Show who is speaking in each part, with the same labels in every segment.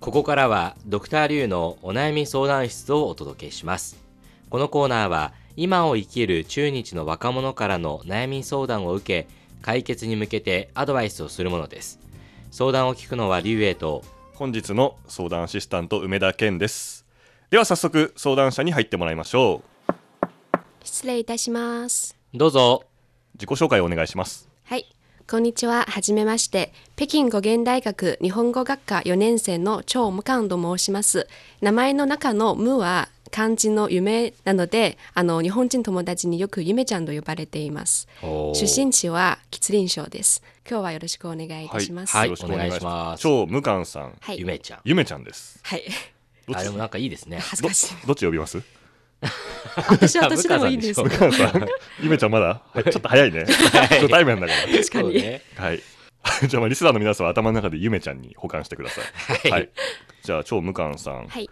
Speaker 1: ここからはドクターリュウのお悩み相談室をお届けしますこのコーナーは今を生きる中日の若者からの悩み相談を受け解決に向けてアドバイスをするものです相談を聞くのはリュウエイと
Speaker 2: 本日の相談アシスタント梅田健ですでは早速相談者に入ってもらいましょう
Speaker 3: 失礼いたします
Speaker 1: どうぞ
Speaker 2: 自己紹介をお願いします
Speaker 3: はいこんにちははじめまして北京語源大学日本語学科4年生の張無冠と申します名前の中の無は漢字の夢なのであの日本人友達によく夢ちゃんと呼ばれています出身地は吉林省です今日はよろしくお願いいたします
Speaker 1: はい
Speaker 2: よろしくお願いします
Speaker 1: お
Speaker 2: 超無感さん
Speaker 3: はい
Speaker 1: 夢ちゃん
Speaker 2: ゆめちゃんです
Speaker 3: はい
Speaker 2: どっ
Speaker 1: あ
Speaker 2: ち
Speaker 1: でもなんかいいですね
Speaker 3: 恥ずかしい
Speaker 2: どっち呼びます
Speaker 3: 私は私でもいいんです
Speaker 1: 部
Speaker 2: 無感さ んゆめちゃんまだはいちょっと早いね初対面だか
Speaker 3: 確か
Speaker 1: そう
Speaker 3: に
Speaker 1: ね
Speaker 2: らはい じゃあまあリスナーの皆さんは頭の中でゆめちゃんに保管してくださ
Speaker 1: はい
Speaker 2: いはいじゃあ超無感さん
Speaker 3: はい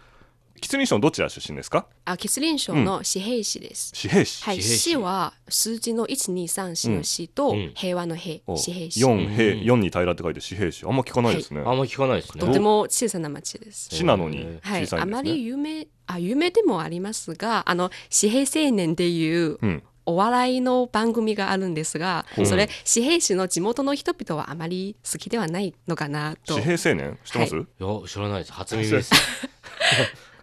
Speaker 2: 吉林省のどちら出身ですか
Speaker 3: あ吉林省の紙幣市です、
Speaker 2: 紙幣市
Speaker 3: はい、
Speaker 1: 紙幣市
Speaker 3: 市は数字の123市の市と
Speaker 1: うん
Speaker 3: 平和の平、
Speaker 2: お
Speaker 3: 紙幣市
Speaker 2: 四平四に平らって書いて紙幣市あんま聞かないですね
Speaker 1: あんま聞かないですね
Speaker 3: とても小さな町です。
Speaker 2: 市なのに
Speaker 3: は
Speaker 2: 小
Speaker 3: い、
Speaker 2: さい
Speaker 3: あ
Speaker 2: んで
Speaker 3: ますり
Speaker 2: ね
Speaker 3: 有名あ有名でもありますがあの紙幣青年でいう
Speaker 2: うん
Speaker 3: お笑いの番組があるんですが、
Speaker 1: うん
Speaker 3: それ紙幣市の地元の人々はあまり好きではないのかなと
Speaker 2: 紙幣青年知ってます、
Speaker 1: いや知らないです初耳です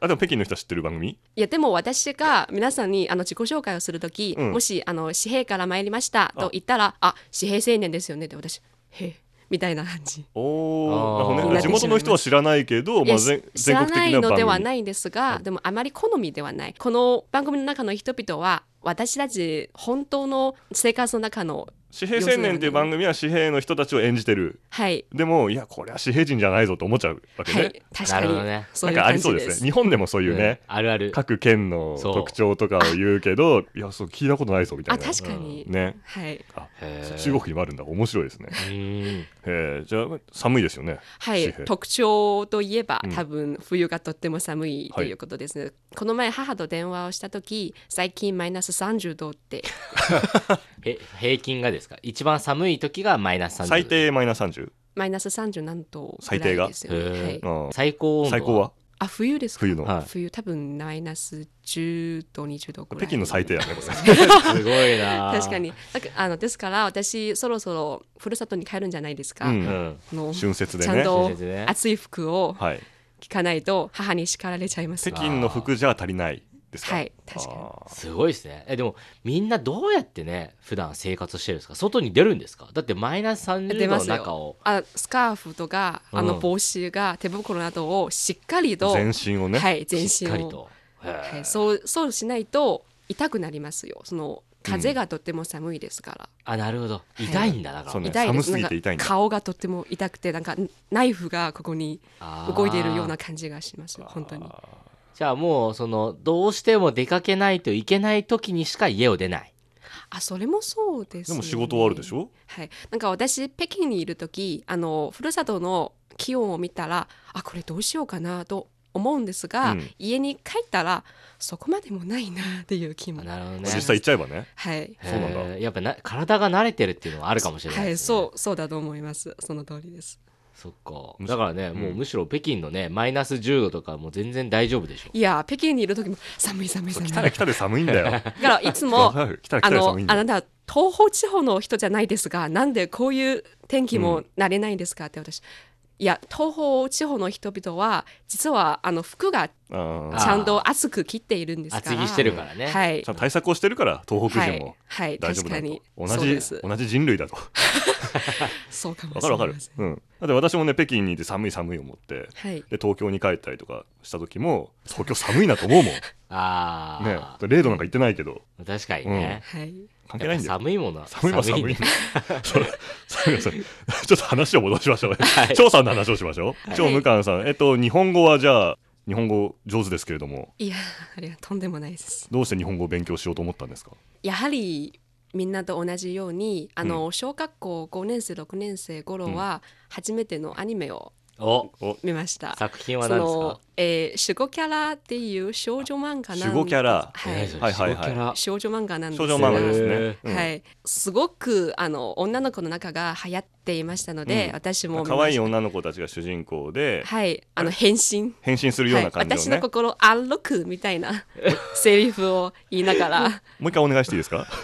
Speaker 2: あでも北京の人は知ってる番組
Speaker 3: いやでも私が皆さんにあの自己紹介をするとき、
Speaker 2: うん
Speaker 3: もしあの紙幣から参りましたと言ったらあ紙幣青年ですよねって私へえみたいな感じ。
Speaker 1: あ
Speaker 2: お
Speaker 1: ー
Speaker 2: お、なるほどね、地元の人は知らないけど、
Speaker 3: い
Speaker 2: ま
Speaker 3: や
Speaker 2: あ、全
Speaker 3: 知ら
Speaker 2: 全国
Speaker 3: な
Speaker 2: 的
Speaker 3: い
Speaker 2: な
Speaker 3: の
Speaker 2: 番
Speaker 3: では
Speaker 2: 組
Speaker 3: ないんですがでもあまり好みではないこの番組の中の人々は私たち本当の生活の中の
Speaker 2: 紙幣青年っていう番組は紙幣の人たちを演じてる
Speaker 3: はい、
Speaker 2: でもいやこれは紙幣人じゃないぞと思っちゃうわけね、
Speaker 3: はい確
Speaker 1: な
Speaker 3: か
Speaker 1: るほ
Speaker 3: に
Speaker 1: どね
Speaker 3: そ
Speaker 2: な
Speaker 3: うんいう
Speaker 2: かあ
Speaker 3: 感
Speaker 2: りそう
Speaker 3: じ
Speaker 2: で
Speaker 3: です
Speaker 2: ね
Speaker 3: す
Speaker 2: 日本でもそういうね、
Speaker 1: あるある
Speaker 2: 各県の
Speaker 1: そう
Speaker 2: 特徴とかを言うけどいやそう聞いたことないぞみたい
Speaker 3: あ
Speaker 2: な
Speaker 3: 確かに、
Speaker 2: ね
Speaker 3: はい
Speaker 2: あ
Speaker 1: へー
Speaker 2: 中国にもあるんだ面白いですね
Speaker 1: うん
Speaker 2: えじゃあ寒いですよね
Speaker 3: は
Speaker 2: 紙
Speaker 3: い
Speaker 2: 幣、
Speaker 3: 特徴といえば、
Speaker 2: うん
Speaker 3: 多分冬がとっても寒い
Speaker 2: は
Speaker 3: と
Speaker 2: い
Speaker 3: いうことですね、この前母と電話をした時最近マイナス30度って
Speaker 1: え平均がですか一番寒い時がマイナス30
Speaker 2: 最低マイナス30
Speaker 3: マイナス30何度ぐらいですよね、
Speaker 1: 最低が
Speaker 3: は
Speaker 1: へ
Speaker 3: い
Speaker 2: あ、ー
Speaker 1: 最高温度
Speaker 2: 最高は
Speaker 3: あ冬ですか
Speaker 2: 冬の、
Speaker 1: はい
Speaker 3: 冬多分マイナス10度20度ぐらい
Speaker 2: 北京の最低やねこれ
Speaker 1: すごいな
Speaker 3: 確かになんかあのですから私そろそろふるさとに帰るんじゃないですか、
Speaker 1: う
Speaker 2: う
Speaker 1: んん
Speaker 3: あの
Speaker 2: 春節で
Speaker 3: ちゃん
Speaker 2: ね
Speaker 3: と
Speaker 1: 春節ね
Speaker 3: 暑い服を
Speaker 2: はい
Speaker 3: 着かないと母に叱られちゃいます
Speaker 2: 北京の服じゃ足りないですか
Speaker 3: はい確かに
Speaker 2: あー
Speaker 1: すごいですねえでもみんなどうやってね普段生活してるんですか外に出るんですかだってマイナス30
Speaker 3: 出
Speaker 1: 度
Speaker 3: ま
Speaker 1: の
Speaker 3: すよ
Speaker 1: 中を
Speaker 3: あスカーフとかあ
Speaker 1: うん
Speaker 3: の帽子が手袋などをしっかりと、
Speaker 2: 全身をね、
Speaker 3: はい、全
Speaker 1: し
Speaker 3: 身
Speaker 1: っかり
Speaker 3: を、
Speaker 1: とへー
Speaker 3: はい、そうそうしないと痛くなりますよその風がとっても寒いですから、
Speaker 1: あなるほど
Speaker 3: い
Speaker 1: 痛いんだだから、
Speaker 2: そうね
Speaker 3: 痛いです
Speaker 2: 寒すぎて
Speaker 3: なんか
Speaker 2: 痛いんだ
Speaker 3: 顔がとっても痛くてなんかナイフがここに
Speaker 1: あー
Speaker 3: 動いているような感じがします本当に
Speaker 1: じゃあもうそのどうしても出かけないといけない時にしか家を出ない
Speaker 3: あそれもそうです
Speaker 2: で
Speaker 3: よ
Speaker 2: も
Speaker 3: ね、
Speaker 2: 仕事はあるでしょ
Speaker 3: はいなんか私北京にいる時あのふるさとの気温を見たらあこれどうしようかなと思うんですが、
Speaker 2: うん
Speaker 3: 家に帰ったらそこまでもないなっていう気も
Speaker 1: あなるほどね
Speaker 2: 実際行っちゃえばね
Speaker 3: はい
Speaker 2: そうなんだ
Speaker 1: へーやっぱな体が慣れてるっていうのはあるかもしれない
Speaker 3: はい
Speaker 1: ですね、
Speaker 3: そうそうだと思いますその通りです
Speaker 1: そっか
Speaker 2: むし
Speaker 1: だからね、
Speaker 2: うん
Speaker 1: もうむしろ北京のねマイナス10度とかもう全然大丈夫でしょ
Speaker 3: いや北京にいる時も寒い寒い
Speaker 2: そう
Speaker 3: 寒い
Speaker 2: 来た
Speaker 3: だ
Speaker 2: ら来たで寒いんだよ来
Speaker 3: からいつ も
Speaker 2: たら来た
Speaker 3: あ
Speaker 2: で
Speaker 3: の
Speaker 2: 寒いんだ
Speaker 3: あ
Speaker 2: よ
Speaker 3: なた東方地方の人じゃないですがなんでこういう天気もなれないんですかって私、いや東方地方の人々は実はあの服がち
Speaker 2: あー
Speaker 1: あ
Speaker 3: ゃんと厚く切っているんですから
Speaker 1: 厚着してるからね、
Speaker 3: はい
Speaker 2: ちゃんと対策をしてるから東北
Speaker 3: は
Speaker 2: 人
Speaker 3: い
Speaker 2: も、
Speaker 3: はい、
Speaker 2: 大丈夫
Speaker 3: 確
Speaker 2: だ
Speaker 3: か
Speaker 2: と
Speaker 3: に
Speaker 2: 同
Speaker 3: そう
Speaker 2: じ
Speaker 3: です
Speaker 2: 同じ人類だ と
Speaker 3: そうかも
Speaker 2: わ
Speaker 3: し
Speaker 2: かる
Speaker 3: れ
Speaker 2: わか
Speaker 3: ま
Speaker 2: る
Speaker 3: せん
Speaker 2: うんだって私もね北京にいて寒い寒い思って
Speaker 3: はい
Speaker 2: で東京に帰ったりとかした時も東京寒いなと 思うもんね
Speaker 1: ああ、
Speaker 2: 0度なんか行ってないけど
Speaker 1: 確かにね、
Speaker 3: はい
Speaker 2: 関係
Speaker 1: や
Speaker 2: な
Speaker 1: っ
Speaker 2: いん
Speaker 1: ぱ
Speaker 2: だよ
Speaker 1: 寒いものは
Speaker 2: 寒いは寒いんだよそう寒いは寒い ちょっと話を戻しましょうね
Speaker 1: はい
Speaker 2: 張さんの話をしましょう
Speaker 3: い
Speaker 2: 張無冠さんえっと日本語はじゃあ日本語上手ですけれども
Speaker 3: いやあれはとんでもないです
Speaker 2: どうして日本語を勉強しようと思ったんですか
Speaker 3: やはりみんなと同じようにあの、小学校5年生6年生頃は初めてのアニメを
Speaker 1: あお
Speaker 2: お
Speaker 3: 見ました。
Speaker 1: 作品は
Speaker 3: そ
Speaker 1: 何です
Speaker 3: の
Speaker 1: か、
Speaker 3: えー、守護キャラっていう少女漫画なん
Speaker 2: 守護キャラ
Speaker 3: は
Speaker 1: え
Speaker 3: い
Speaker 1: ー、それ
Speaker 2: はいはいはい
Speaker 1: すごキャラ
Speaker 3: 少女漫画なんですが
Speaker 2: 少女漫画ですね、うん
Speaker 3: はい、すごくあの女の子の中が流行っていましたので、
Speaker 2: うん
Speaker 3: 私も見ました
Speaker 2: 可愛い女の子たちが主人公で
Speaker 3: はい、あの変身
Speaker 2: 変身するような感じのね、
Speaker 3: はい、私の心あんろくみた いなセリフを言いながら、
Speaker 2: もう一回お願いしていいですか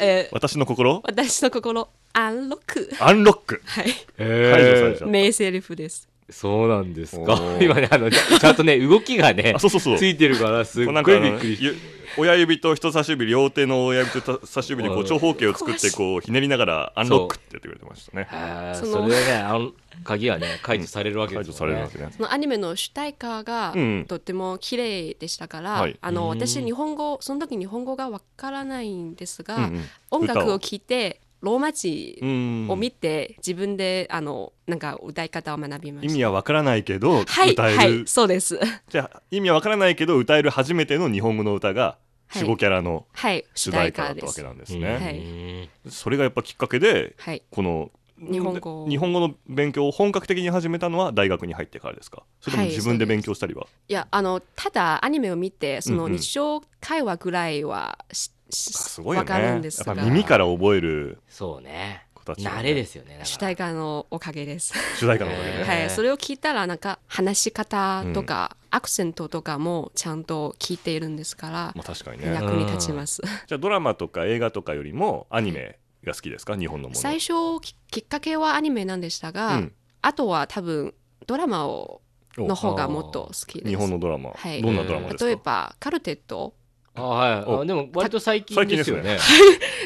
Speaker 3: えー、
Speaker 2: 私の心
Speaker 3: 私の心あんろく
Speaker 2: アンロック
Speaker 3: はい
Speaker 2: 解除されちゃった
Speaker 3: 名セリフです
Speaker 1: そうなんです
Speaker 2: お
Speaker 1: か
Speaker 2: ー
Speaker 1: 今ねあ のちゃちゃんとね動きがね
Speaker 2: あそうそうそう
Speaker 1: ついてるからすっご
Speaker 2: こうなんかあ
Speaker 1: い
Speaker 2: の
Speaker 1: びっくりし
Speaker 2: ゆ親指と人差し指両手の親指と人差し指でこ
Speaker 1: う
Speaker 2: うん長方形を作ってこうひねりながらアンロックってやってくれてましたね
Speaker 1: たあー
Speaker 3: そ
Speaker 1: そ
Speaker 3: の
Speaker 1: れでねあの鍵はね解除されるわけ
Speaker 2: 解
Speaker 1: です
Speaker 2: 除
Speaker 1: よ
Speaker 2: されるわけね
Speaker 3: そのアニメの主題歌が
Speaker 2: うん
Speaker 3: とっても綺麗でしたから、
Speaker 2: はい
Speaker 3: あの
Speaker 1: うん
Speaker 3: 私日本語その時日本語がわからないんですが、
Speaker 2: うん
Speaker 3: 音楽
Speaker 2: 歌
Speaker 3: を
Speaker 2: を
Speaker 3: 聴いてローマ字
Speaker 2: うん
Speaker 3: を見て自分であのなんか歌い方を学びま
Speaker 2: 意
Speaker 3: した。
Speaker 2: 味はわからないけど
Speaker 3: はい
Speaker 2: 歌える、
Speaker 3: はいそうです。
Speaker 2: じゃあ意味はわからないけど歌える初めての日本語の歌が
Speaker 3: はい
Speaker 2: 守護キャラの
Speaker 3: はい
Speaker 2: 主
Speaker 3: 主
Speaker 2: 題
Speaker 3: 題
Speaker 2: 歌だ
Speaker 3: 歌
Speaker 2: っ
Speaker 3: で
Speaker 2: たわけ
Speaker 3: す。
Speaker 2: なんです
Speaker 1: うん
Speaker 2: ね、
Speaker 3: はい
Speaker 2: それがやっぱきっかけで
Speaker 3: はい
Speaker 2: この
Speaker 3: 日本語を
Speaker 2: 日本語の勉強を本格的に始めたのは大学に入ってからですかそれとも
Speaker 3: はい
Speaker 2: 自分で勉強したりは、
Speaker 3: いやあのただアニメを見てそ
Speaker 2: うん
Speaker 3: の
Speaker 2: うん
Speaker 3: 日常会話ぐらいはし、し
Speaker 2: あすごいよ
Speaker 3: わか
Speaker 2: ね
Speaker 3: るん
Speaker 2: や
Speaker 3: です
Speaker 2: っ
Speaker 3: が
Speaker 2: ぱ耳から覚える
Speaker 1: そうね
Speaker 2: 子たちはね
Speaker 1: 慣れですよねだから
Speaker 3: 主題歌のおかげです。
Speaker 2: 主題歌のおかげで、
Speaker 1: へー
Speaker 3: はい、それを聞いたらなんか話し方とか、アクセントとかもちゃんと聞いているんですから、
Speaker 2: まあ、確かにね
Speaker 3: 役に立ちます。
Speaker 2: じゃあドラマとか映画とかよりもアニメが好きですか日本のもの
Speaker 3: 最初ききっかけはアニメなんでしたが、
Speaker 2: うん
Speaker 3: あとは多分ドラマを
Speaker 2: お
Speaker 3: の方がもっと好きです。
Speaker 2: 日本のドラマ、
Speaker 3: はい
Speaker 2: どんなドラマですか
Speaker 3: 例えばカルテット
Speaker 1: あはいあ
Speaker 2: お
Speaker 1: でも割と最近ですよね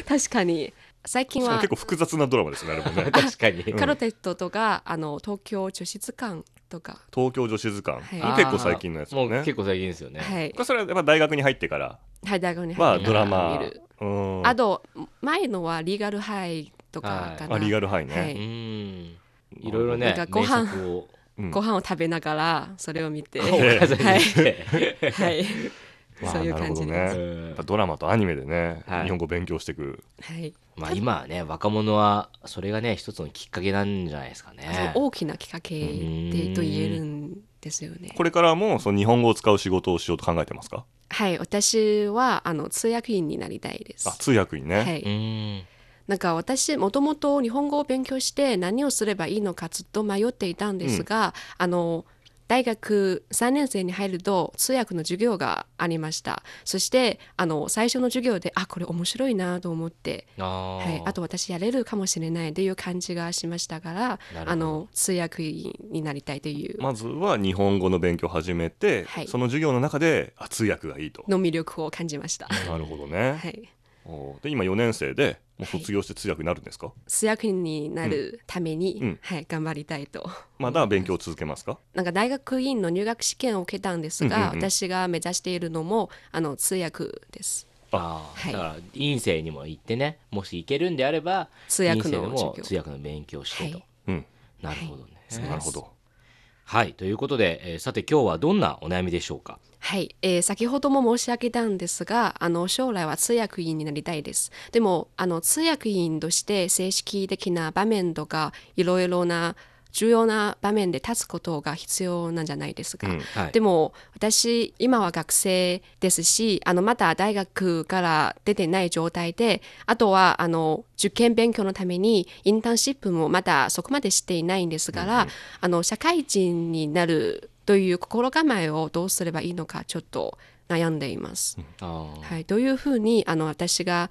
Speaker 3: 確かに最近
Speaker 2: しかも
Speaker 3: は
Speaker 2: 結構複雑なドラマですねあれ もね
Speaker 1: 確かに
Speaker 2: 構
Speaker 3: カルテットとか、あの東京女子図鑑とか、
Speaker 2: 東京女子図鑑、
Speaker 3: はい
Speaker 2: もう結構最近のやつ
Speaker 1: も
Speaker 2: も
Speaker 1: う
Speaker 2: ね
Speaker 1: 結構最近ですよね
Speaker 3: はい、
Speaker 2: それはやっぱ大学に入ってから
Speaker 3: はい、大学に
Speaker 2: まあ
Speaker 3: 入って
Speaker 2: ドラマ
Speaker 3: 見る
Speaker 2: うん
Speaker 3: あと前のはリーガルハイとかかな、
Speaker 2: あリーガルハイね、
Speaker 3: はいう
Speaker 1: ーんいろいろね
Speaker 3: なんかご
Speaker 1: 名
Speaker 3: 飯
Speaker 1: 作 を
Speaker 2: うん
Speaker 3: ご飯を食べながらそれを 見て、
Speaker 1: おかずにして
Speaker 3: はい、
Speaker 2: まあ
Speaker 3: そういう感じ
Speaker 2: なるほ
Speaker 3: です。
Speaker 2: ど
Speaker 1: う
Speaker 2: ね
Speaker 1: ん
Speaker 2: やっぱドラマとアニメでね、
Speaker 1: はい
Speaker 2: 日本語勉強していく
Speaker 3: はい、
Speaker 1: まあ今はね若者はそれがね一つのきっかけなんじゃないですか
Speaker 3: その
Speaker 1: ね。
Speaker 3: 大きなきっかけでと言えるんですよね。
Speaker 2: これからもその日本語を使う仕事をしようと考えてますか
Speaker 3: はい、私はあの通訳員になりたいで
Speaker 2: あ
Speaker 3: す。
Speaker 2: 通訳にね、
Speaker 3: は
Speaker 1: う
Speaker 3: い、
Speaker 1: ーん
Speaker 3: なんか私もともと日本語を勉強して何をすればいいのかずっと迷っていたんですが、あの大学3年生に入ると通訳の授業がありましたそしてあの最初の授業であこれ面白いなと思って
Speaker 1: あ
Speaker 3: は
Speaker 1: ー
Speaker 3: い、あと私やれるかもしれないという感じがしましたから
Speaker 1: なるほど
Speaker 3: あの通訳員になりたいという
Speaker 2: まずは日本語の勉強を始めて、
Speaker 3: はい
Speaker 2: その授業の中であ通訳がいいと。
Speaker 3: の魅力を感じました。
Speaker 2: なるほどね、
Speaker 3: はい、
Speaker 2: おーで今4年生でもう
Speaker 3: はい
Speaker 2: 卒業して通訳になるんですか、
Speaker 3: 通訳員になるために、
Speaker 2: うん
Speaker 3: はい、頑張りたいと。
Speaker 2: まだ勉強を続けますか
Speaker 3: なんか大学院の入学試験を受けたんですが、
Speaker 2: うんうんうん
Speaker 3: 私が目指しているのもあの通訳です。
Speaker 1: あー
Speaker 3: はい
Speaker 1: だから院生にも行ってねもし行けるんであれば
Speaker 3: 通訳の
Speaker 1: 院生でも
Speaker 3: 授業
Speaker 1: 通訳の勉強をしてと、
Speaker 3: はい
Speaker 2: うん、
Speaker 1: なるほどね。
Speaker 3: はい
Speaker 2: なるほど
Speaker 1: はいということで、えーさて今日はどんなお悩みでしょうか。
Speaker 3: はい、えー先ほども申し上げたんですがあの将来は通訳員になりたいですでもあの通訳員として正式的な場面とかいろいろな重要な場面で立つことが必要なんじゃないですか、
Speaker 2: うん
Speaker 1: はい
Speaker 3: でも私今は学生ですしあのまだ大学から出てない状態であとはあの受験勉強のためにインターンシップもまだそこまでしていないんですから、あの社会人になるという心構えをどうすればいいのかちょっと悩んでいます。
Speaker 1: あー
Speaker 3: はい、どういうふうにあの私が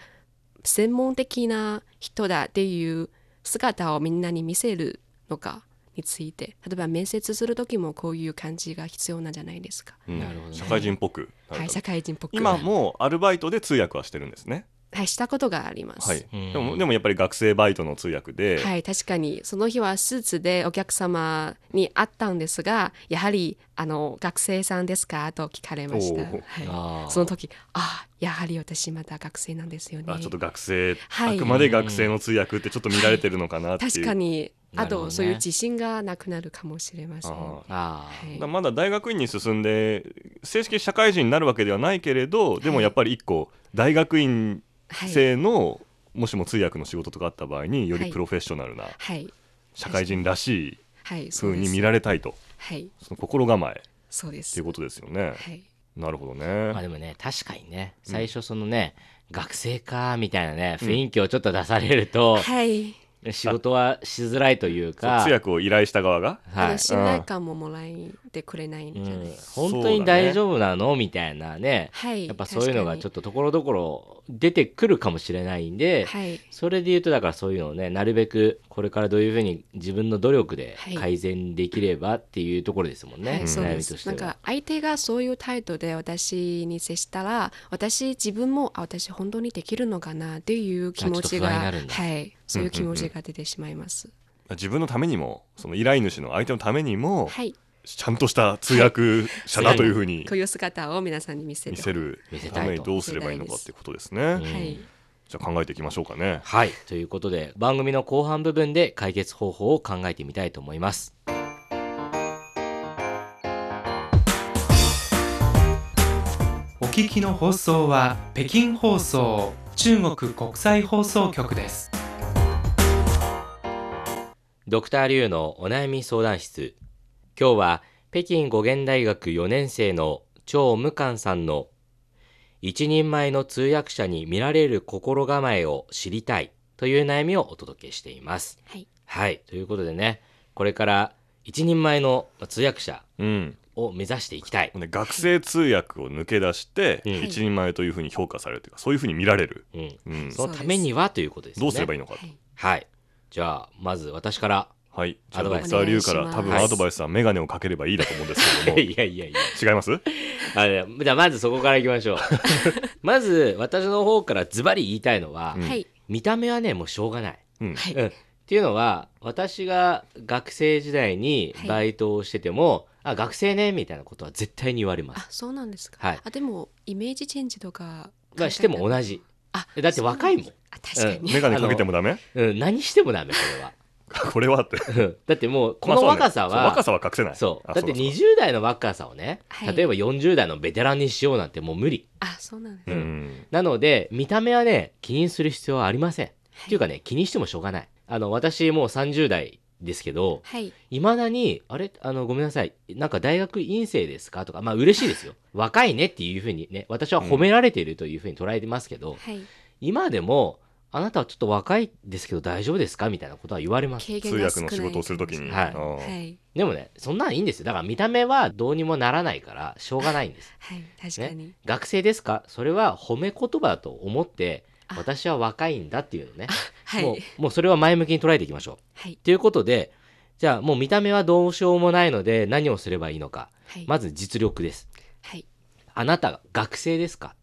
Speaker 3: 専門的な人だっていう姿をみんなに見せるのかについて例えば面接する時もこういう感じが必要なんじゃないですか。
Speaker 2: うん
Speaker 1: なるほどね
Speaker 2: 社会人っぽくなる
Speaker 3: はい、
Speaker 2: と
Speaker 3: 社会人っぽく
Speaker 2: 今もアルバイトで通訳はしてるんですね、
Speaker 3: はい、したことがあります。
Speaker 2: はい、
Speaker 1: うん
Speaker 2: でもでもやっぱり学生バイトの通訳で、
Speaker 3: はい確かにその日はスーツでお客様に会ったんですがやはりあの学生さんですかと聞かれました、
Speaker 2: おー
Speaker 3: は
Speaker 1: あー
Speaker 3: い、その時あやはり私まだ学生なんですよね
Speaker 2: あちょっと学生、
Speaker 3: はい
Speaker 2: あくまで学生の通訳ってちょっと見られてるのかなっていう、
Speaker 3: 確かに
Speaker 1: な
Speaker 3: あ
Speaker 1: るほどね
Speaker 3: と、そういう自信がなくなるかもしれません、
Speaker 2: あ
Speaker 1: あー
Speaker 3: はい
Speaker 2: だからまだ大学院に進んで正式社会人になるわけではないけれどでもやっぱり一個大学院
Speaker 3: はい、
Speaker 2: 生の、もしも通訳の仕事とかあった場合によ
Speaker 3: は
Speaker 2: り
Speaker 3: い
Speaker 2: プロフェッショナルな
Speaker 3: はい、
Speaker 2: 社会人らしい
Speaker 3: はい、そ
Speaker 2: 風
Speaker 3: うで
Speaker 2: に
Speaker 3: す
Speaker 2: 見。られたいと
Speaker 3: はい、
Speaker 2: その心構えっ
Speaker 3: そうです。
Speaker 2: ていうことですよね。
Speaker 3: はい、
Speaker 2: なるほど
Speaker 1: まあ
Speaker 2: ね。
Speaker 1: でもね確かにね最初そのね、学生かみたいなね雰囲気をちょっと出される と、
Speaker 3: はい、
Speaker 1: 仕事はしづらいという
Speaker 2: そう
Speaker 1: か
Speaker 2: 通訳を依頼した側が
Speaker 1: はい、
Speaker 3: 信頼感ももらってくれないんじ
Speaker 1: う
Speaker 3: ゃない、
Speaker 1: ん、本当に大丈夫なの、みたいなね
Speaker 3: はい、
Speaker 1: やっぱそういうのがちょっ
Speaker 3: っ
Speaker 1: とところどころ出てくるかもしれないんで、
Speaker 3: はい、
Speaker 1: それで言うとだからそういうのをねなるべくこれからどういうふうに自分の努力で
Speaker 3: はい
Speaker 1: 改善できればっていうところですもんね、
Speaker 3: はい、そう
Speaker 1: 悩
Speaker 3: で
Speaker 1: みとし
Speaker 3: す。
Speaker 1: て
Speaker 3: な
Speaker 1: は
Speaker 3: んか相手がそういう態度で私に接したら、私自分もあ私本当にできるのかなっていう気持ち
Speaker 1: あちょっと不安にな
Speaker 3: が
Speaker 1: るんだ
Speaker 3: はい、そういう気持ちが出てしまいます。
Speaker 2: 自分のためにもその依頼主の相手のためにも、
Speaker 3: はい、
Speaker 2: ちゃんとした通訳者だというふうに
Speaker 3: こういう姿を皆さんに見せ
Speaker 2: 見
Speaker 3: る。
Speaker 2: せる
Speaker 1: 見せた
Speaker 2: た
Speaker 1: い
Speaker 2: め
Speaker 1: と
Speaker 2: にどうすればいいのかっていうことですね。
Speaker 1: うん
Speaker 3: はい、
Speaker 2: じゃあ考えていきましょうかね。
Speaker 1: はいということで番組の後半部分で解決方法を考えてみたいと思います
Speaker 4: お聞きの放送は北京放送中国国際放送局です。
Speaker 1: ドクターリュウのお悩み相談室今日は北京語源大学4年生の張無寛さんの一人前の通訳者に見られる心構えを知りたいという悩みをお届けしています。
Speaker 3: はい、
Speaker 1: ということでねこれから一人前の通訳者
Speaker 2: うん、
Speaker 1: を目指していきたい。
Speaker 2: で学生通訳を抜け出して、
Speaker 1: はい
Speaker 2: 一人前というふうに評価されるというかそういうふうに見られる、
Speaker 1: うん、
Speaker 2: うん、
Speaker 1: そのためにはということですね。
Speaker 2: どうすればいい
Speaker 1: い
Speaker 2: のかと
Speaker 3: はい、
Speaker 1: はいじゃあまず私 から。
Speaker 2: はい、じゃ
Speaker 1: ア
Speaker 2: あ
Speaker 1: ド
Speaker 2: ド
Speaker 1: バイ
Speaker 2: ク
Speaker 1: ス
Speaker 2: ター・リュウから
Speaker 3: お願いし
Speaker 2: 多
Speaker 3: ます
Speaker 2: 分アドバイスは眼鏡をかければいいだと思うんですけれども
Speaker 1: いやいやいや。
Speaker 2: 違います
Speaker 1: あれじゃあまずそこからいきまし ょう。まず私の方からズバリ言いたいのは、
Speaker 2: うん
Speaker 3: はい、
Speaker 1: 見た目はねもうしょうがない。
Speaker 2: うん
Speaker 3: はい
Speaker 1: うん、っていうのは私が学生時代に
Speaker 3: はい
Speaker 1: バイトをしてても、あ学生ねみたいなことは絶対に言われま
Speaker 3: あ
Speaker 1: す。
Speaker 3: そうなんですか、
Speaker 1: はい
Speaker 3: あでもイメージチェンジとか
Speaker 1: まあ、しても同じ。
Speaker 3: あ
Speaker 1: だって若いもん
Speaker 3: そうなんですあ確かに、
Speaker 2: 眼鏡かけてもダメ
Speaker 1: うん、何してもダメこれは。
Speaker 2: これはって
Speaker 1: うんだってもうこ
Speaker 2: まあ
Speaker 1: の
Speaker 2: そうね
Speaker 1: 若さ
Speaker 2: そう
Speaker 1: は、
Speaker 2: 若さは隠せない
Speaker 1: そう
Speaker 2: あ
Speaker 1: だって
Speaker 2: そうだそうだ
Speaker 1: 20代の若さをね、
Speaker 3: はい
Speaker 1: 例えば40代のベテランにしようなんてもう無理。
Speaker 3: あそうなんです、
Speaker 2: う
Speaker 1: うん
Speaker 2: ん
Speaker 1: なので見た目はね気にする必要はありません。っていうかね気にしてもしょうがない。あの私もう30代ですけど、
Speaker 3: はい
Speaker 1: いまだに、あれあの、ごめんなさい。なんか大学院生ですかとか、まあ嬉しいです よ。若いねっていうふうにね、私は褒められているというふうに捉えてますけど、
Speaker 3: はい
Speaker 1: 今でも、あなたはちょっと若いですけど大丈夫ですかみたいなことは言われます。
Speaker 3: 経
Speaker 2: 通
Speaker 3: 験が
Speaker 2: 訳
Speaker 3: 少ない
Speaker 2: の仕事をするときに、
Speaker 1: はい
Speaker 2: あー
Speaker 3: はい
Speaker 1: でもね、そんなのいいんですよ。だから見た目はどうにもならないから、しょうがないん です。
Speaker 3: はい確かに、
Speaker 1: 学生ですかそれは褒め言葉だと思って
Speaker 3: あ、
Speaker 1: 私は若いんだっていうのね。
Speaker 3: はい
Speaker 1: もう、もうそれは前向きに捉えていきましょう。
Speaker 3: はい
Speaker 1: ということで、じゃあもう見た目はどうしようもないので何をすればいいのか。
Speaker 3: はい、
Speaker 1: まず実力です。
Speaker 3: はい
Speaker 1: あなた学生ですか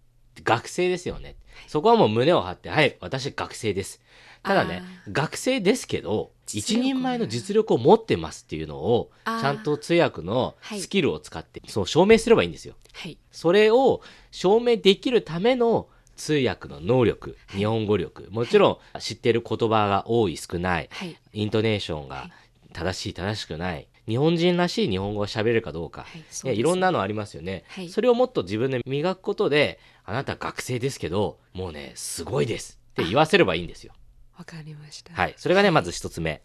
Speaker 1: 学生ですよね。そこはもう胸を張って、はい、私学生です。ただね、学生ですけど、
Speaker 3: 実
Speaker 1: 一
Speaker 3: 力をね
Speaker 1: 人前の実力を持ってますっていうのを、ち
Speaker 3: あー
Speaker 1: ゃんと通訳の
Speaker 3: はい
Speaker 1: スキルを使って、そう証明すればいいんですよ。
Speaker 3: はい
Speaker 1: それを証明できるための通訳の能力、日本語力、もちろん知ってる言葉が多い少ない、
Speaker 3: はい
Speaker 1: イントネーションが正しい正しくない、日本人らしい日本語を喋れるかどうか、
Speaker 3: はいそ
Speaker 1: ね、
Speaker 3: うです
Speaker 1: いろんなのありますよね、
Speaker 3: はい
Speaker 1: それをもっと自分で磨くことであなた学生ですけどもうねすごいですって言わせればいいんですよ
Speaker 3: わかりました
Speaker 1: はいそれがねまず一つ目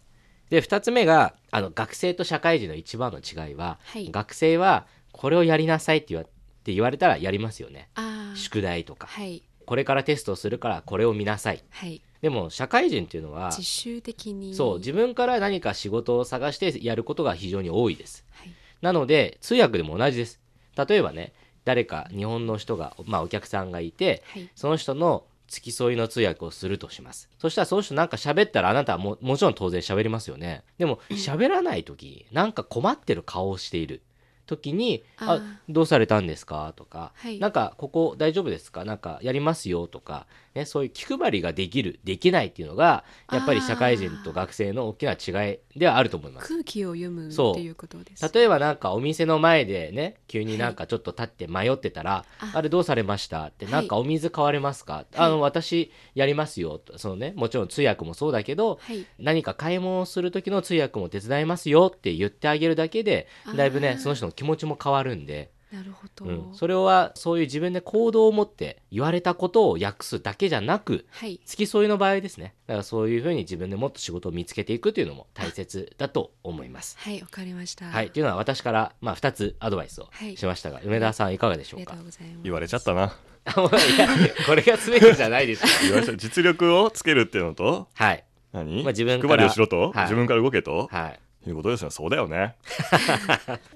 Speaker 1: で二つ目があの学生と社会人の一番の違いは、
Speaker 3: はい
Speaker 1: 学生はこれをやりなさいって言わって言われたらやりますよね
Speaker 3: あー
Speaker 1: 宿題とか
Speaker 3: はい
Speaker 1: これからテストをするからこれを見なさい
Speaker 3: はい
Speaker 1: でも社会人っていうのは
Speaker 3: 自主的に
Speaker 1: そう自分から何か仕事を探してやることが非常に多いです
Speaker 3: はい
Speaker 1: なので通訳でも同じです。例えばね、誰か日本の人が、まあお客さんがいて、
Speaker 3: はい
Speaker 1: その人の付き添いの通訳をするとします。そしたらその人なんか喋ったらあなたはももちろん当然喋りますよね。でも喋らない時、なんか困ってる顔をしている時に、あ
Speaker 3: あー
Speaker 1: どうされたんですかとか、
Speaker 3: はい
Speaker 1: なんかここ大丈夫ですかなんかやりますよとか、ね、そういう気配りができる、できないっていうのが、やっぱり社会人と学生の大きな違いではあると思います。
Speaker 3: 空気を読む
Speaker 1: そう
Speaker 3: っていうことです
Speaker 1: 例えばなんかお店の前でね急になんかちょっと立って迷ってたら、
Speaker 3: あ
Speaker 1: あれどうされましたって、
Speaker 3: はい
Speaker 1: なんかお水買われますか、あの私やりますよとそのねもちろん通訳もそうだけど
Speaker 3: はい
Speaker 1: 何か買い物をする時の通訳も手伝いますよって言ってあげるだけでだいぶ
Speaker 3: あ
Speaker 1: ね
Speaker 3: ー
Speaker 1: その人の気持ちも変わるんで
Speaker 3: なるほど、
Speaker 1: うん、それはそういう自分で行動を持って言われたことを訳すだけじゃなく
Speaker 3: はい
Speaker 1: 付き添いの場合ですねだからそういうふうに自分でもっと仕事を見つけていくというのも大切だと思います。
Speaker 3: はいわかりました
Speaker 1: はい、というのは私から、まあ、2つアドバイスを
Speaker 3: はい
Speaker 1: しましたが、梅田さんいかがでし
Speaker 3: あ
Speaker 1: ょ
Speaker 3: り
Speaker 1: う
Speaker 3: が
Speaker 1: か
Speaker 3: とうございます
Speaker 2: 言われちゃったな
Speaker 1: いやこれが全てじゃないでしょ
Speaker 2: 言われちゃ実力をつけるっていうのと
Speaker 1: はい
Speaker 2: 何、
Speaker 1: まあ自分から
Speaker 2: 気配りをしろと、
Speaker 1: はい
Speaker 2: 自分から動けと、
Speaker 1: はい
Speaker 2: い、うことですよねそうだ よね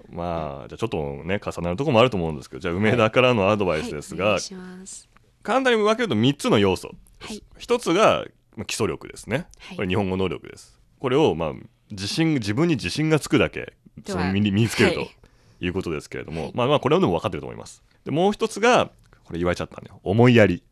Speaker 2: まあじゃあちょっとね重なるところもあると思うんですけどじゃあ梅田からのアドバイスですが、
Speaker 3: はい、お願いします
Speaker 2: 簡単に分けると3つの要素
Speaker 3: はい
Speaker 2: 1つがまあ基礎力ですね
Speaker 3: はい
Speaker 2: これ日本語能力ですこれをまあ自信自分に自信がつくだけ
Speaker 3: で
Speaker 2: そ
Speaker 3: は
Speaker 2: の身に身につけると
Speaker 3: はい
Speaker 2: いうことですけれども、
Speaker 3: はい
Speaker 2: まあまあこれはでも分かってると思いますでもう一つがこれ言われちゃったんだよ思いや り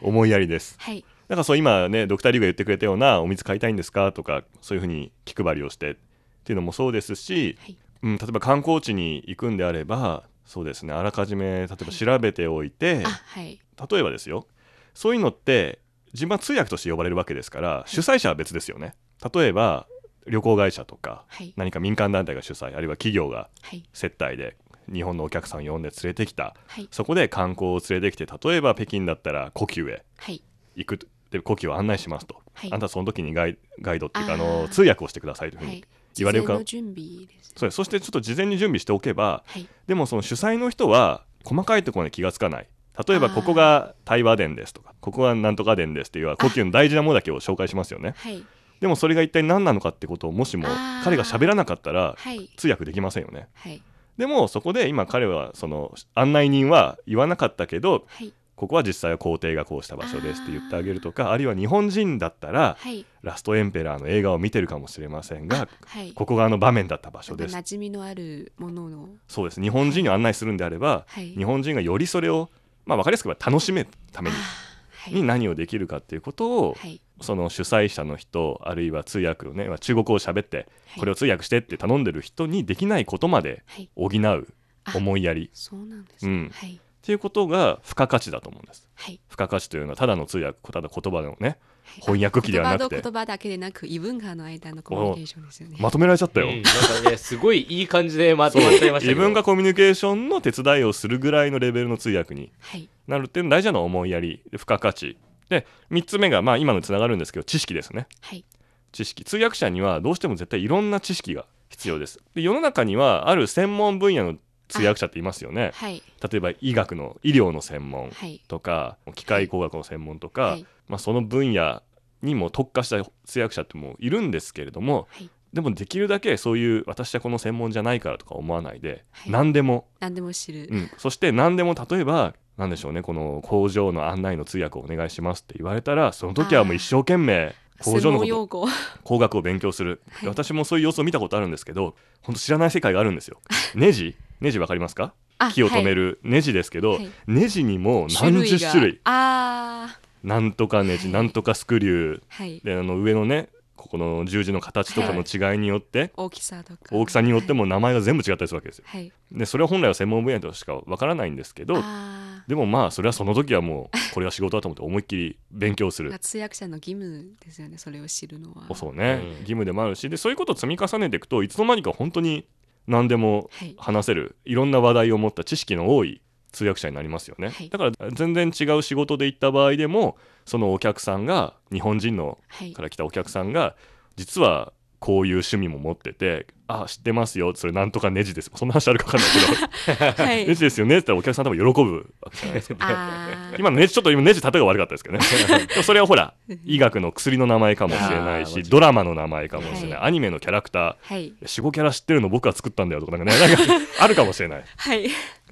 Speaker 2: 思いやりです
Speaker 3: はい
Speaker 2: だからそう今ねドクターリーが言ってくれたようなお水買いたいんですかとかそういうふうに気配りをしてっていうのもそうですし、
Speaker 3: はい
Speaker 2: うん、例えば観光地に行くんであればそうですねあらかじめ例えば調べておいて、
Speaker 3: あはい
Speaker 2: 例えばですよそういうのって自分は通訳として呼ばれるわけですから主催者は別ですよね例えば旅行会社とか
Speaker 3: はい
Speaker 2: 何か民間団体が主催あるいは企業が
Speaker 3: はい
Speaker 2: 接待で日本のお客さんを呼んで連れてきた
Speaker 3: はい
Speaker 2: そこで観光を連れてきて例えば北京だったら故宮へ
Speaker 3: はい
Speaker 2: 行くとで故宮を案内しますと、
Speaker 3: はい
Speaker 2: あんたその時にガイガイドっていうかあ
Speaker 3: あー
Speaker 2: の通訳をしてくださいというふう
Speaker 3: は
Speaker 2: に、
Speaker 3: い
Speaker 2: 言われるか
Speaker 3: 事前の準備ですね
Speaker 2: そうですそしてちょっと事前に準備しておけば
Speaker 3: はい
Speaker 2: でもその主催の人は細かいところに気がつかない例えば
Speaker 3: あー
Speaker 2: ここが対話伝ですとかここがなんとか伝ですっていう故宮の大事なものだけを紹介しますよね
Speaker 3: はい
Speaker 2: でもそれが一体何なのかってことをもしも
Speaker 3: あー
Speaker 2: 彼が喋らなかったら
Speaker 3: はい
Speaker 2: 通訳できませんよね
Speaker 3: はい
Speaker 2: でもそこで今彼はその案内人は言わなかったけど
Speaker 3: はい
Speaker 2: ここは実際は皇帝がこうした場所ですって言ってあげるとかあるいは日本人だったら
Speaker 3: はい
Speaker 2: ラストエンペラーの映画を見てるかもしれませんが
Speaker 3: はい
Speaker 2: ここがあの場面だった場所です
Speaker 3: 馴染みのあるものの
Speaker 2: そうです日本人に案内するんであれば、
Speaker 3: はい
Speaker 2: 日本人がよりそれを、まあ、分かりやすく言えば楽しめるために,、
Speaker 3: はい
Speaker 2: に何をできるかっていうことを、
Speaker 3: はい
Speaker 2: その主催者の人あるいは通訳をねまあ中国語を喋って、
Speaker 3: はい
Speaker 2: これを通訳してって頼んでる人にできないことまで
Speaker 3: はい
Speaker 2: 補う
Speaker 3: あ
Speaker 2: 思いやりっ
Speaker 3: そうなんです、
Speaker 2: うん
Speaker 3: はい
Speaker 2: ていうことが付加価値だと思うんです。
Speaker 3: はい
Speaker 2: 付加価値というのはただの通訳ただ言葉のね
Speaker 3: はい
Speaker 2: 翻訳機ではなくて
Speaker 3: 言葉と言葉だけでなく異文化の間のコミュニケーションですよね。
Speaker 2: まとめられちゃったよ。
Speaker 1: うんなんかねすごいいい感じでまとまっちゃいましたけ
Speaker 2: 自
Speaker 1: ど
Speaker 2: 分がコミュニケーションの手伝いをするぐらいのレベルの通訳に
Speaker 3: はい
Speaker 2: なるっていうの大事なのは思いやりで付加価値で3つ目がまあ今のつながるんですけど知識ですね
Speaker 3: はい
Speaker 2: 知識通訳者にはどうしても絶対いろんな知識が必要ですで世の中にはある専門分野の通訳者っていますよね
Speaker 3: はい
Speaker 2: 例えば医学の医療の専門
Speaker 3: はい
Speaker 2: とか機械工学の専門とか、
Speaker 3: はい
Speaker 2: まあ、その分野にも特化した通訳者ってもういるんですけれども
Speaker 3: はい
Speaker 2: でもできるだけそういう私はこの専門じゃないからとか思わないで、
Speaker 3: はい
Speaker 2: 何でも
Speaker 3: 何でも知る。
Speaker 2: うん、そして何でも例えば何でしょうねこの工場の案内の通訳をお願いしますって言われたらその時はもう一生懸命工場の
Speaker 3: 専門
Speaker 2: こと
Speaker 3: 用語
Speaker 2: 工学を勉強する、
Speaker 3: はい
Speaker 2: 私もそういう様子を見たことあるんですけど本当知らない世界があるんですよネジネジわかりますか
Speaker 3: あ
Speaker 2: 木を止め
Speaker 3: る
Speaker 2: るネジですけど、
Speaker 3: はい
Speaker 2: ネジにも何十種類
Speaker 3: ああ
Speaker 2: なんとかネジ、
Speaker 3: はい
Speaker 2: なんとかスクリュー
Speaker 3: はい
Speaker 2: であの上のねここの十字の形とかの違いによって、
Speaker 3: 大きさとか
Speaker 2: 大きさによっても名前が全部違ったりするわけですよ
Speaker 3: はい、はい、
Speaker 2: でそれは本来は専門分野としかわからないんですけど
Speaker 3: あ
Speaker 2: でもまあそれはその時はもうこれが仕事だと思って思いっきり勉強す
Speaker 3: ー
Speaker 2: る
Speaker 3: まあ通訳者の義務ですよねそれを知るのは。
Speaker 2: そうね、
Speaker 1: うん
Speaker 2: 義務でもあるしでそういうことを積み重ねていくといつの間にか本当に何でも
Speaker 3: はい
Speaker 2: 話せるいろんな話題を持った知識の多い通訳者になりますよね、
Speaker 3: はい
Speaker 2: だから全然違う仕事で行った場合でもそのお客さんが日本人の
Speaker 3: はい
Speaker 2: から来たお客さんが実はこういう趣味も持ってて「あ知ってますよそれなんとかネジです」そんな話あるか分かんない けど
Speaker 3: は
Speaker 2: 「ネ
Speaker 3: い
Speaker 2: ジですよね」って言ったらお客さん多分喜ぶわけじゃないですか
Speaker 3: あー
Speaker 2: 今のネジちょっと今ネジ例えが悪かったですけ どねでもそれはほら医学の薬の名前かもしれない
Speaker 1: あー間違
Speaker 2: し
Speaker 1: い
Speaker 2: ドラマの名前かもしれない、
Speaker 3: は
Speaker 2: アニメのキャラクタ
Speaker 3: はい
Speaker 2: ー45キャラ知ってるの僕が作ったんだよとかなんかねなんかあるかもしれない、
Speaker 3: はい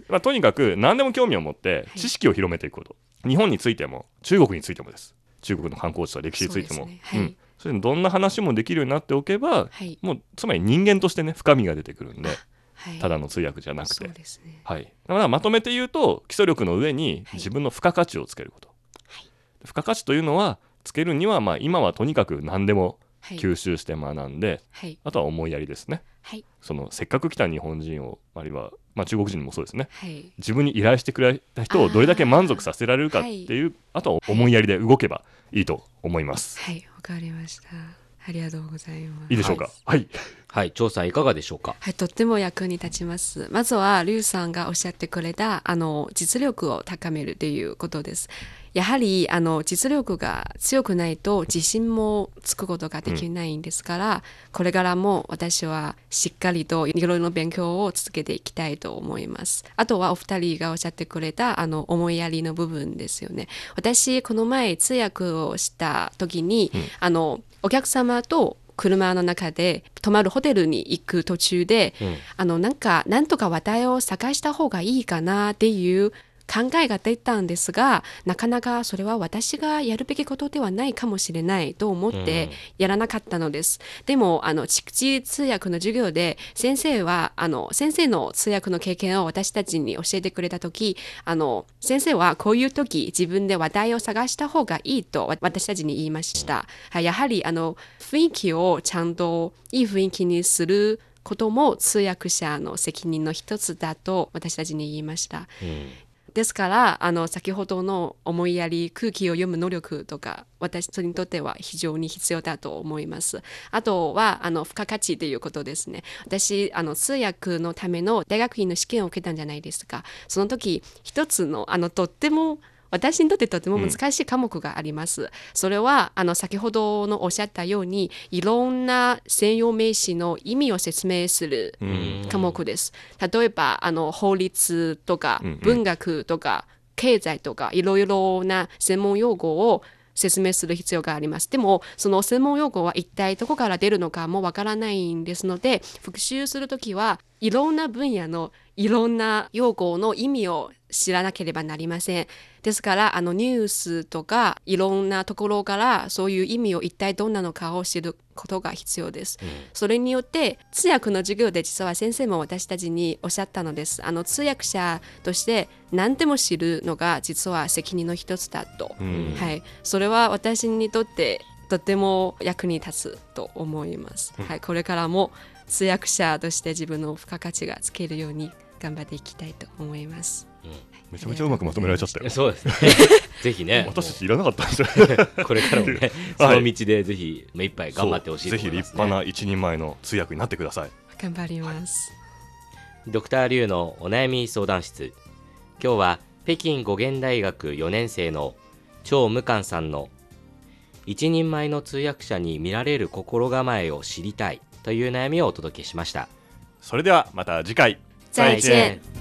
Speaker 2: まあ、とにかく何でも興味を持って知識を広めていくこと、日本についても中国についてもです中国の観光地と歴史について
Speaker 3: そう
Speaker 2: も
Speaker 3: ですねはい
Speaker 2: うん、そういうどんな話もできるようになっておけば、
Speaker 3: はい
Speaker 2: もうつまり人間としてね深みが出てくるんで
Speaker 3: はい
Speaker 2: ただの通訳じゃなく
Speaker 3: そ
Speaker 2: て
Speaker 3: うですね
Speaker 2: はい、だからまとめて言うと基礎力の上に
Speaker 3: はい
Speaker 2: 自分の付加価値をつけること、
Speaker 3: はい
Speaker 2: 付加価値というのはつけるには、まあ、今はとにかく何でも
Speaker 3: はい
Speaker 2: 吸収して学んで、
Speaker 3: はい
Speaker 2: あとは思いやりですね
Speaker 3: はい
Speaker 2: そのせっかく来た日本人をあるいは、まあ、中国人もそうですね
Speaker 3: はい
Speaker 2: 自分に依頼してくれた人をどれだけ満足させられるかっていうあ,、とは思いやりで動けばいいと思います。
Speaker 3: はいわかりました。はありがとうございます
Speaker 2: いいでしょうかはい、
Speaker 1: はい、張さんいかがでしょうか
Speaker 3: はい、とっても役に立ちます。まずは、リュウさんがおっしゃってくれた、あの、実力を高めるということです。やはり、あの、実力が強くないと、自信もつくことができないんですから、これからも私はしっかりといろいろな勉強を続けていきたいと思います。あとは、お二人がおっしゃってくれた、あの、思いやりの部分ですよね。私、この前、通訳をした時に、あの、お客様と車の中で泊まるホテルに行く途中で、
Speaker 1: ん
Speaker 3: あのなんかなんとか話題を探した方がいいかなっていう考えが出たんですがなかなかそれは私がやるべきことではないかもしれないと思ってやらなかったのです、でもあの畜地通訳の授業で先生はあの先生の通訳の経験を私たちに教えてくれた時あの先生はこういう時自分で話題を探した方がいいとわ私たちに言いました、はいやはりあの雰囲気をちゃんといい雰囲気にすることも通訳者の責任の一つだと私たちに言いました。ですからあの先ほどの思いやり空気を読む能力とか私にとっては非常に必要だと思いますあとはあの付加価値ということですね私あの通訳のための大学院の試験を受けたんじゃないですかその時一つのあのとっても私にとってとても難しい科目があります。それはあの先ほどのおっしゃったようにいろんな専用名詞の意味を説明する科目です。例えばあの法律とか
Speaker 2: うんうん
Speaker 3: 文学とか経済とかいろいろな専門用語を説明する必要があります。でもその専門用語は一体どこから出るのかもわからないんですので復習するときはいろんな分野のいろんな用語の意味を知らなければなりません。ですからあのニュースとかいろんなところからそういう意味を一体どんなのかを知ることが必要です。それによって通訳の授業で実は先生も私たちにおっしゃったのです。あの通訳者として何でも知るのが実は責任の一つだと、
Speaker 2: うん
Speaker 3: はい、それは私にとってとても役に立つと思います。はい、これからも通訳者として自分の付加価値がつけるように頑張っていきたいと思います。
Speaker 2: めちゃめちゃうまくまとめられちゃったよ
Speaker 1: そうですね ぜひね
Speaker 2: 私たちいらなかったんじゃない
Speaker 1: これからもねその道でぜひ目いっぱい頑張ってほしいと
Speaker 2: ぜ
Speaker 1: 思
Speaker 2: ひ
Speaker 1: いま
Speaker 2: 立
Speaker 1: すね、
Speaker 2: 派な一人前の通訳になってください
Speaker 3: 頑張ります。
Speaker 1: ドクターリュウのお悩み相談室今日は北京語源大学4年生の張無冠さんの一人前の通訳者に見られる心構えを知りたいという悩みをお届けしました
Speaker 2: それではまた次回
Speaker 3: 再见